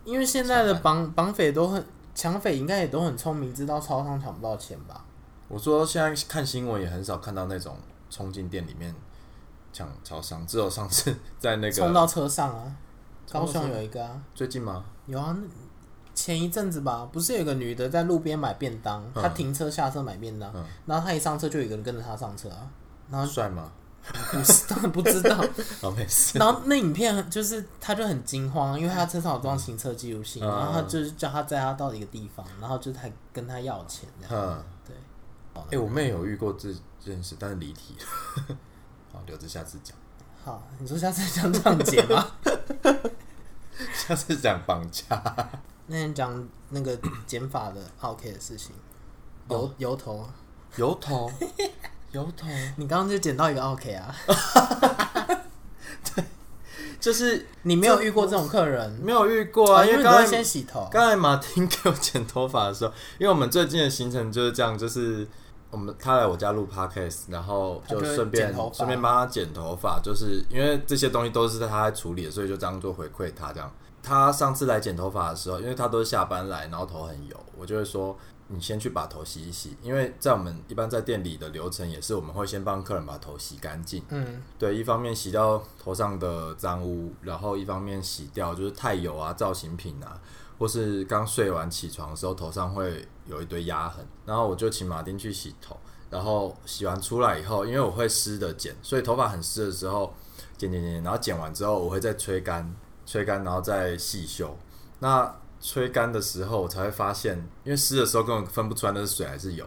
Speaker 1: 因为现在的绑绑匪都很抢匪，应该也都很聪明，知道超商抢不到钱吧？
Speaker 2: 我说现在看新闻也很少看到那种冲进店里面抢超商，只有上次在那
Speaker 1: 冲
Speaker 2: 个
Speaker 1: 到车上啊！
Speaker 2: 冲
Speaker 1: 高
Speaker 2: 到车
Speaker 1: 雄有一个啊，
Speaker 2: 最近吗？
Speaker 1: 有啊，那前一阵子吧，不是有个女的在路边买便当，
Speaker 2: 嗯
Speaker 1: 她停车下车买便当，
Speaker 2: 嗯
Speaker 1: 然后她一上车就有一个人跟着她上车啊，然 后
Speaker 2: 帅吗？
Speaker 1: 不是当然不知 道，
Speaker 2: 哦，没事。
Speaker 1: 然后那影片就是她就很惊慌，啊因为她车上有装行车记录器，
Speaker 2: 嗯
Speaker 1: 然后她就是叫她载她到一个地方，然后就她跟她要钱这样，
Speaker 2: 嗯，
Speaker 1: 对，
Speaker 2: 哎、我妹有遇过这件事，但是离题了。 好，留着下次讲，
Speaker 1: 好，你说下次想抢劫吗？
Speaker 2: 下次讲绑架。
Speaker 1: 那天讲那个减法的 OK 的事情，
Speaker 2: 哦
Speaker 1: 油 油头啊，
Speaker 2: 油头，油头，
Speaker 1: 你刚刚就捡到一个 OK 啊，
Speaker 2: 就是
Speaker 1: 你没有遇过这种客人，
Speaker 2: 没有遇过啊，
Speaker 1: 哦因为
Speaker 2: 因
Speaker 1: 你
Speaker 2: 为刚
Speaker 1: 会
Speaker 2: 才
Speaker 1: 先洗头，
Speaker 2: 刚才马丁给我剪头发的时候，因为我们最近的行程就是这样，就是我们他来我家录 podcast，然后就
Speaker 1: 他就会
Speaker 2: 顺便
Speaker 1: 剪头发
Speaker 2: 顺便帮他剪头发，就是因为这些东西都是他在处理的，所以就当做回馈他这样。他上次来剪头发的时候，因为他都是下班来，然后头很油，我就会说你先去把头洗一洗，因为在我们一般在店里的流程也是我们会先帮客人把头洗干净。
Speaker 1: 嗯，
Speaker 2: 对，一方面洗掉头上的脏污，然后一方面洗掉就是太油啊、造型品啊，或是刚睡完起床的时候头上会有一堆压痕，然后我就请马丁去洗头，然后洗完出来以后，因为我会湿的剪，所以头发很湿的时候剪剪剪，剪然后剪完之后我会再吹干，吹干然后再细修。那吹干的时候我才会发现，因为湿的时候根本分不出来那是水还是油，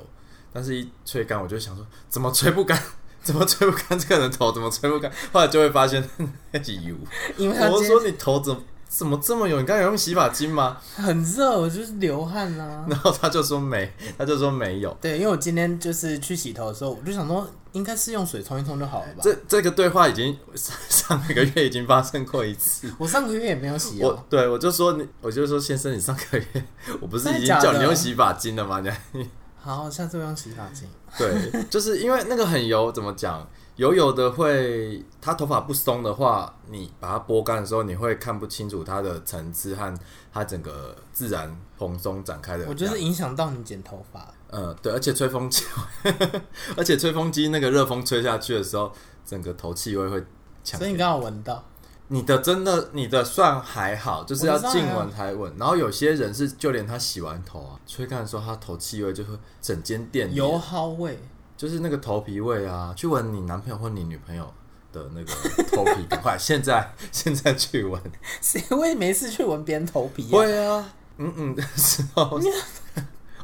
Speaker 2: 但是一吹干我就想说怎么吹不干。怎么吹不干这个人头？怎么吹不干？ 后来就会发现那是油。
Speaker 1: 因为他
Speaker 2: 我
Speaker 1: 今
Speaker 2: 说
Speaker 1: 天
Speaker 2: 你头怎么怎么这么油？你刚才有用洗发精吗？
Speaker 1: 很热，我就是流汗啦、
Speaker 2: 然后他就说没，他就说没有。
Speaker 1: 对，因为我今天就是去洗头的时候，我就想说应该是用水冲一冲就好了吧。
Speaker 2: 这这个对话已经上上个月已经发生过一次。
Speaker 1: 我上个月也没有洗
Speaker 2: 我
Speaker 1: 哦，
Speaker 2: 对我就说你，我就说先生，你上个月 我不是
Speaker 1: 真的
Speaker 2: 已经
Speaker 1: 假的
Speaker 2: 叫你用洗发精了吗？你还
Speaker 1: 好，下次我用洗发精。
Speaker 2: 对，就是因为那个很油，怎么讲？油油的会，它头发不松的话，你把它拨干的时候，你会看不清楚它的层次和它整个自然蓬松展开的样
Speaker 1: 我
Speaker 2: 子。
Speaker 1: 就是影响到你剪头发了，
Speaker 2: 呃，对，而且吹 风机，而且吹风机那个热风吹下去的时候，整个头气味会呛
Speaker 1: 所以你刚好闻到，
Speaker 2: 你的真的你的算还好，就是要
Speaker 1: 我的算
Speaker 2: 近
Speaker 1: 还好
Speaker 2: 闻才闻。然后有些人是就连他洗完头啊，吹干的时候他头气味就会整间店里
Speaker 1: 油蒿味，
Speaker 2: 就是那个头皮味啊，去闻你男朋友或你女朋友的那个头皮，赶快现在 现在去闻。
Speaker 1: 谁会没事去闻别人头皮、啊？
Speaker 2: 会啊，嗯嗯的时候，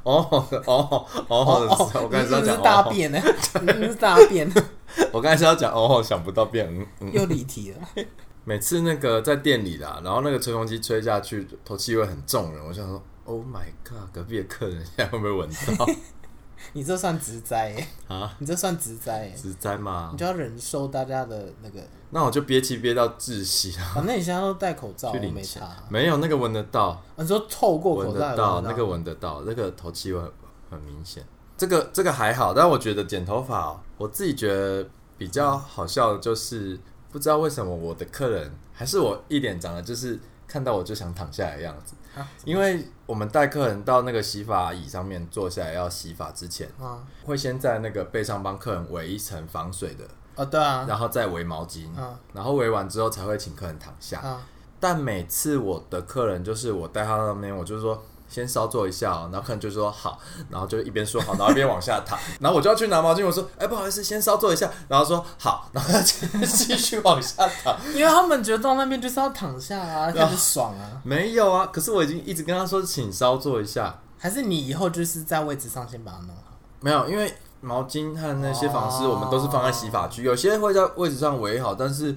Speaker 2: 哦吼的哦吼 哦吼的时候，我刚才是要
Speaker 1: 你是
Speaker 2: 讲
Speaker 1: 大
Speaker 2: 哦吼，
Speaker 1: 便呢、 你是大便，
Speaker 2: 我刚才是要讲哦吼，想不到变嗯嗯。
Speaker 1: 又离题了。
Speaker 2: 每次那个在店里啦，然后那个吹风机吹下去，头气味很重人，我想说，Oh my god，隔壁的客人现在会不会闻
Speaker 1: 你这算直灾、欸，
Speaker 2: 到啊？
Speaker 1: 你这算直灾、欸，
Speaker 2: 实在吗
Speaker 1: 你？就要忍受大家的那个。
Speaker 2: 那我就憋气憋到窒息啊！
Speaker 1: 反正你现在都戴口罩，
Speaker 2: 去
Speaker 1: 我
Speaker 2: 领
Speaker 1: 没
Speaker 2: 钱
Speaker 1: 差。
Speaker 2: 没有那个闻得到，
Speaker 1: 啊你说透过
Speaker 2: 闻
Speaker 1: 口罩啊有
Speaker 2: 得到，那个闻得到，那个头气味很很明显。这个这个还好，但我觉得剪头发哦、我自己觉得比较好笑的就是，不知道为什么我的客人还是我一脸长得就是看到我就想躺下来的样子，
Speaker 1: 啊
Speaker 2: 因为我们带客人到那个洗发椅上面坐下来要洗发之前，
Speaker 1: 啊
Speaker 2: 会先在那个背上帮客人围一层防水的，
Speaker 1: 哦对啊
Speaker 2: 然后再围毛巾，
Speaker 1: 啊
Speaker 2: 然后围完之后才会请客人躺下。
Speaker 1: 啊
Speaker 2: 但每次我的客人就是我带他到那边，我就说先稍坐一下、哦，然后客人就说好，然后就一边说好，然后一边往下 躺，然后我就要去拿毛巾，我说哎、不好意思，先稍坐一下，然后说好，然后他就继续往下躺。
Speaker 1: 因为他们觉得到那边就是要躺下 啊，开始爽啊。
Speaker 2: 没有啊，可是我已经一直跟他说请稍坐一下，
Speaker 1: 还是你以后就是在位置上先把它弄好，
Speaker 2: 没有，因为毛巾和那些纺丝我们都是放在洗发
Speaker 1: 哦
Speaker 2: 区，有些会在位置上围好，但是。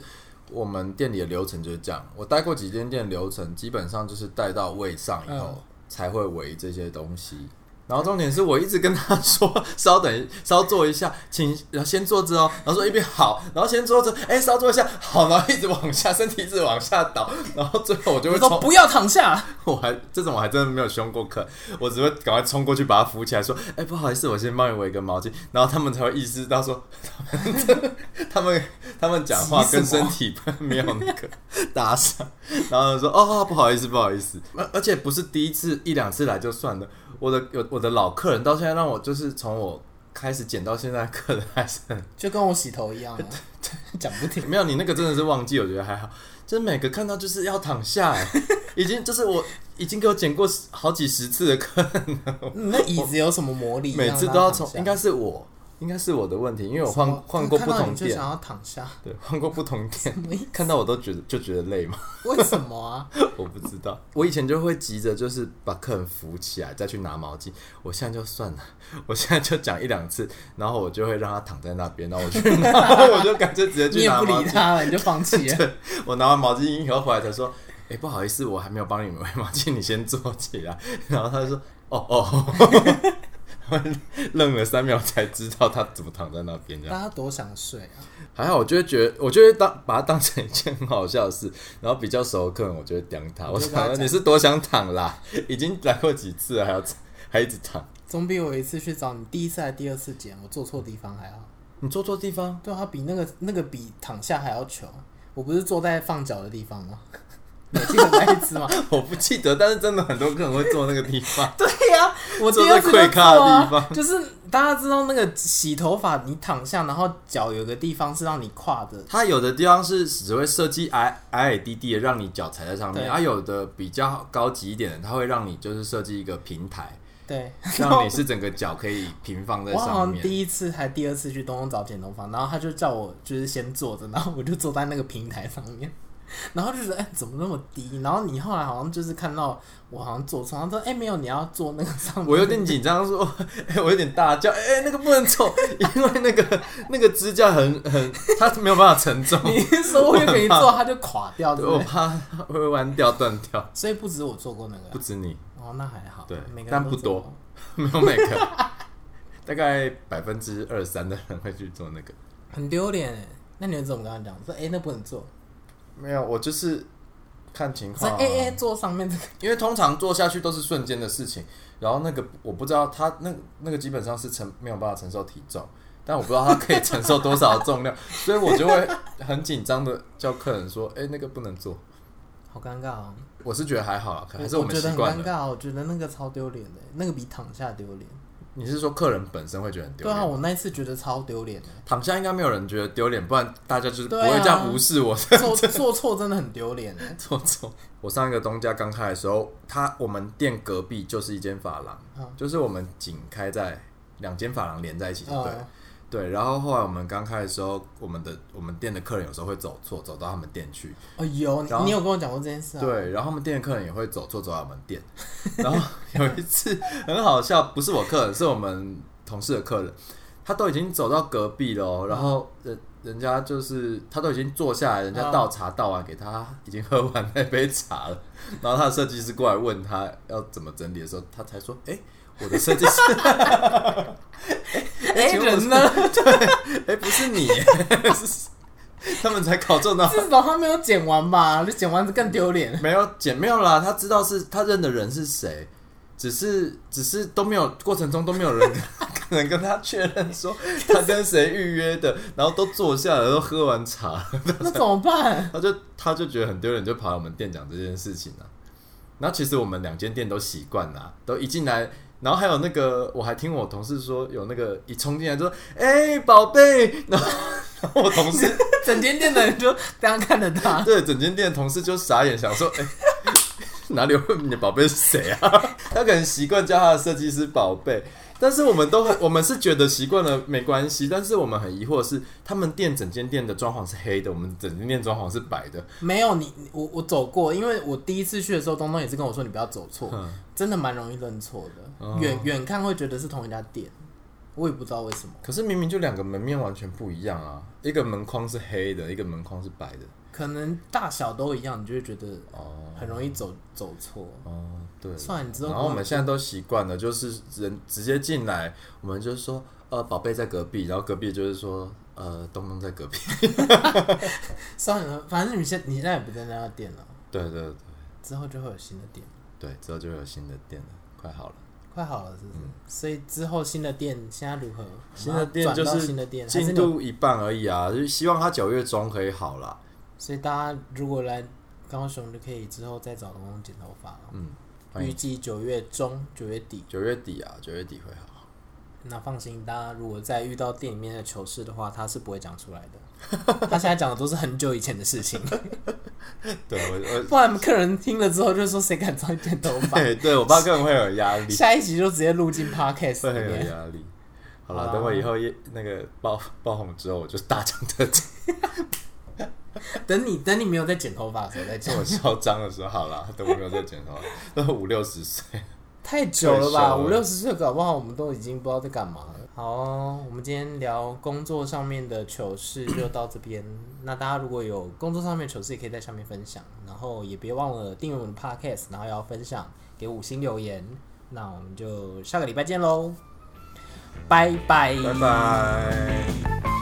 Speaker 2: 我们店里的流程就是这样，我待过几间店，流程基本上就是带到位上以后、
Speaker 1: 嗯
Speaker 2: 才会围这些东西。然后重点是我一直跟他说，稍等一，稍坐一下，请然后先坐着哦。然后说一边好，然后先坐着，哎，稍坐一下，好，然后一直往下，身体一直往下倒，然后最后我就
Speaker 1: 你
Speaker 2: 会
Speaker 1: 说
Speaker 2: 冲，
Speaker 1: 不要躺下，
Speaker 2: 我还这种我还真的没有凶过客，我只会赶快冲过去把他扶起来，说，哎，不好意思，我先帮你围个毛巾，然后他们才会意识到说， 他们他们他们讲话跟
Speaker 1: 急什么
Speaker 2: 身体没有那个搭上，然后说，哦，不好意思，不好意思，而而且不是第一次一两次来就算了，我的有我的老客人到现在让我就是从我开始捡到现在的客人还是很
Speaker 1: 就跟我洗头一样啊， 讲不停。
Speaker 2: 没有，你那个真的是忘记，我觉得还好。就是每个看到就是要躺 下、哎已经就是我已经给我剪过十好几十次的课，
Speaker 1: 你那椅子有什么魔力？
Speaker 2: 每次
Speaker 1: 让
Speaker 2: 都要
Speaker 1: 它躺
Speaker 2: 从
Speaker 1: 下
Speaker 2: 应该是我，应该是我的问题，因为我换
Speaker 1: 什么
Speaker 2: 换过不
Speaker 1: 看到
Speaker 2: 同
Speaker 1: 你就
Speaker 2: 店
Speaker 1: 想，要躺下，
Speaker 2: 对，换过不同店，
Speaker 1: 什么意
Speaker 2: 看到我都觉得就觉得累嘛，
Speaker 1: 为什么啊？
Speaker 2: 我不知道。我以前就会急着就是把客人扶起来再去拿毛巾，我现在就算了， 我现在就讲一两次，然后我就会让他躺在那边，然后我去拿， 然后我就干脆直接
Speaker 1: 你
Speaker 2: 去
Speaker 1: 也
Speaker 2: 拿
Speaker 1: 不
Speaker 2: 毛
Speaker 1: 理
Speaker 2: 巾。
Speaker 1: 他了，你就放 弃
Speaker 2: 啊
Speaker 1: 了。
Speaker 2: 我拿完毛巾以后回来才说，哎、不好意思，我还没有帮你们围 毛巾，你先坐起来。然后他就说，哦哦， 愣了三秒才知道他怎么躺在那边这样。
Speaker 1: 大家多想睡啊！
Speaker 2: 还好，我就会觉得，我就会当把它当成一件很好笑的事。然后比较熟的客人，我就会刁他，我
Speaker 1: 你就跟他
Speaker 2: 想说
Speaker 1: 讲
Speaker 2: 你是多想躺啦，已经来过几次了，还要还一直躺。
Speaker 1: 总比我有一次去找你第一次还是第二次剪，我坐错地方还好。
Speaker 2: 你坐错地方，
Speaker 1: 对啊，他比那个那个比躺下还要糗。我不是坐在放脚的地方 吗？你还记得那一次吗？
Speaker 2: 我不记得，但是真的很多客人会坐那个地方。
Speaker 1: 对呀、我第
Speaker 2: 坐在
Speaker 1: 二次就
Speaker 2: 跪
Speaker 1: 做
Speaker 2: 咖的
Speaker 1: 啊
Speaker 2: 地方
Speaker 1: 就是大家知道那个洗头发，你躺下，然后脚有个地方是让你跨的，
Speaker 2: 它有的地方是只会设计矮矮矮低低的，让你脚踩在上面；，
Speaker 1: 对
Speaker 2: 它、有的比较高级一点的，它会让你就是设计一个 平台，
Speaker 1: 对，
Speaker 2: 让你是整个脚可以平放在
Speaker 1: 我好
Speaker 2: 上
Speaker 1: 像
Speaker 2: 面。
Speaker 1: 第一次还第二次去东东找剪头发，然后他就叫我就是先坐着，然后我就坐在那个平台上面，然后就觉得哎、怎么那么低？然后你后来好像就是看到我好像坐错，他说哎、没有，你要坐那个上面。，
Speaker 2: 我有点紧张，说， 哎、我有点大叫，哎、那个不能走， 因为那个那个支架很很，它没有办法承重
Speaker 1: 你是说我就给你
Speaker 2: 我
Speaker 1: 坐，他就垮掉， 对
Speaker 2: 对
Speaker 1: 不
Speaker 2: 我
Speaker 1: 对？
Speaker 2: 怕它会弯掉断掉。
Speaker 1: 所以不止我做过那个
Speaker 2: 不
Speaker 1: 啊，
Speaker 2: 止你，
Speaker 1: 哦，那还好，
Speaker 2: 对
Speaker 1: 每个人
Speaker 2: 但
Speaker 1: 都
Speaker 2: 不
Speaker 1: 做
Speaker 2: 多
Speaker 1: 过。
Speaker 2: 没有每个， 大概百分之二三的人会去做那个。
Speaker 1: 很丢脸欸。那你们怎么跟他讲？说哎、那不能坐，
Speaker 2: 没有，我就是看情
Speaker 1: 说
Speaker 2: 况、啊。
Speaker 1: 哎哎、坐上面这个
Speaker 2: 因为通常做下去都是瞬间的事情，然后那个我不知道他那那个基本上是承没有办法承受体重，但我不知道他可以承受多少的重量，所以我就会很紧张的叫客人说：“哎、那个不能做。
Speaker 1: 好尴尬哦。”
Speaker 2: 我是觉得还好啦，可能还是
Speaker 1: 我
Speaker 2: 们
Speaker 1: 觉得
Speaker 2: 习
Speaker 1: 很
Speaker 2: 惯
Speaker 1: 尴
Speaker 2: 了。
Speaker 1: 欸尬，我觉得那个超丢脸的，那个比躺下丢脸。
Speaker 2: 你是说客人本身会觉得很丢
Speaker 1: 对
Speaker 2: 脸？
Speaker 1: 啊，我那一次觉得超丢脸的，
Speaker 2: 躺下应该没有人觉得丢脸，不然大家就是不
Speaker 1: 对
Speaker 2: 会
Speaker 1: 啊
Speaker 2: 这样无视我。
Speaker 1: 做做错真的很丢脸 的。
Speaker 2: 错错，我上一个东家刚开的时候，他我们店隔壁就是一间发廊，
Speaker 1: 嗯
Speaker 2: 就是我们仅开在两间发廊连在一起，对、
Speaker 1: 嗯，
Speaker 2: 对。然后后来我们刚开的时候，我们的我们店的客人有时候会走错，走到他们店去，
Speaker 1: 哦有，
Speaker 2: 然
Speaker 1: 你
Speaker 2: 后
Speaker 1: 你有跟我讲过这件事啊？，
Speaker 2: 对，然后他们店的客人也会走错走到我们店， 然后有一次很好笑，不是我客人，是我们同事的客人，他都已经走到隔壁了、哦，然后人人家就是他都已经坐下来，人家
Speaker 1: 嗯
Speaker 2: 倒茶倒完给他，已经喝完那杯茶了， 然后他的设计师过来问他要怎么整理的时候，他才说，哎、我的设计师，
Speaker 1: 哎、
Speaker 2: 请问我是
Speaker 1: 人呢？
Speaker 2: 哎、不是你，是 他们才搞错 到
Speaker 1: 至少他没有剪完吧？你剪完更丢脸。
Speaker 2: 没有姐没有啦，他知道是他认的人是谁，只是只是都没有过程中都没有人 可能跟他确认说他跟谁预约的，然后都坐下了，都喝完茶，
Speaker 1: 那怎么办？
Speaker 2: 他就他就觉得很丢脸，就跑来我们店讲这件事情啊。然后其实我们两间店都习惯啦，都一进来。然后还有那个，我还听我同事说，有那个一冲进来就说：“哎、宝贝！” 然后然后我同事
Speaker 1: 整间店的人就这样看着他，
Speaker 2: 对，整间店的同事就傻眼，想说：“哎、 哪里会你的宝贝是谁啊？” 他可能习惯叫他的设计师宝贝，但是我们都很，我们是觉得习惯了没关系，但是我们很疑惑的是，他们店整间店的装潢是黑的，我们整间店装潢是白的。
Speaker 1: 没有你，你我我走过，因为我第一次去的时候，东东也是跟我说你不要走错，
Speaker 2: 嗯
Speaker 1: 真的蛮容易认错
Speaker 2: 哦
Speaker 1: 的，远远、看会觉得是同一家店，我也不知道为什么，
Speaker 2: 可是明明就两个门面完全不一样啊，一个门框是黑的，一个门框是白的。
Speaker 1: 可能大小都一样，你就会觉得
Speaker 2: 哦
Speaker 1: 很容易走走错。
Speaker 2: 哦，对了。
Speaker 1: 算了，你之后
Speaker 2: 然后我们现在都习惯了，就是人直接进来，我们就说呃宝贝在隔壁，然后隔壁就是说呃东东在隔壁。
Speaker 1: 算了，反正你现你现在也不在那家店了，
Speaker 2: 对对对
Speaker 1: 之后就会有新的店，
Speaker 2: 对，之后就有新的店了，快好了。
Speaker 1: 快好了是不是？所以之后新的店现在如何？
Speaker 2: 嗯新的店
Speaker 1: 转到
Speaker 2: 就是
Speaker 1: 新的店，还是
Speaker 2: 进
Speaker 1: 你有
Speaker 2: 度一半而已啊，就是希望它九月中可以好啦。
Speaker 1: 所以大家如果来高雄，就可以之后再找东东剪头发了。
Speaker 2: 嗯，欢
Speaker 1: 预
Speaker 2: 迎
Speaker 1: 计九月中、九月底。
Speaker 2: 九月底啊，九月底会好。
Speaker 1: 那放心，大家如果再遇到店里面的糗事的话，他是不会讲出来的。 他现在讲的都是很久以前的事情，
Speaker 2: 对我我
Speaker 1: 不然客人听了之后就说谁敢找你剪头 发？
Speaker 2: 对对我爸更会有压力，
Speaker 1: 下一集就直接录进 podcast
Speaker 2: 会
Speaker 1: 里
Speaker 2: 很有
Speaker 1: 面。
Speaker 2: 压力。好
Speaker 1: 好啊
Speaker 2: 了，
Speaker 1: 啦
Speaker 2: 等我以后也那个爆爆红之后，我就大张特张，
Speaker 1: 等你等你没有在剪头发的时候再
Speaker 2: 这
Speaker 1: 讲，
Speaker 2: 么嚣张的时候，好啦，等我没有再剪头发，都五六十岁。
Speaker 1: 太久了
Speaker 2: 太
Speaker 1: 吧？
Speaker 2: 熟了
Speaker 1: 五六十岁搞不好我们都已经不知道在干嘛了。好哦、我们今天聊工作上面的糗事就到这边。那大家如果有工作上面的糗事，也可以在上面分享，然后也别忘了订阅我们的 podcast，然后也要分享给五星留言。那我们就下个礼拜见喽，拜拜，
Speaker 2: 拜拜。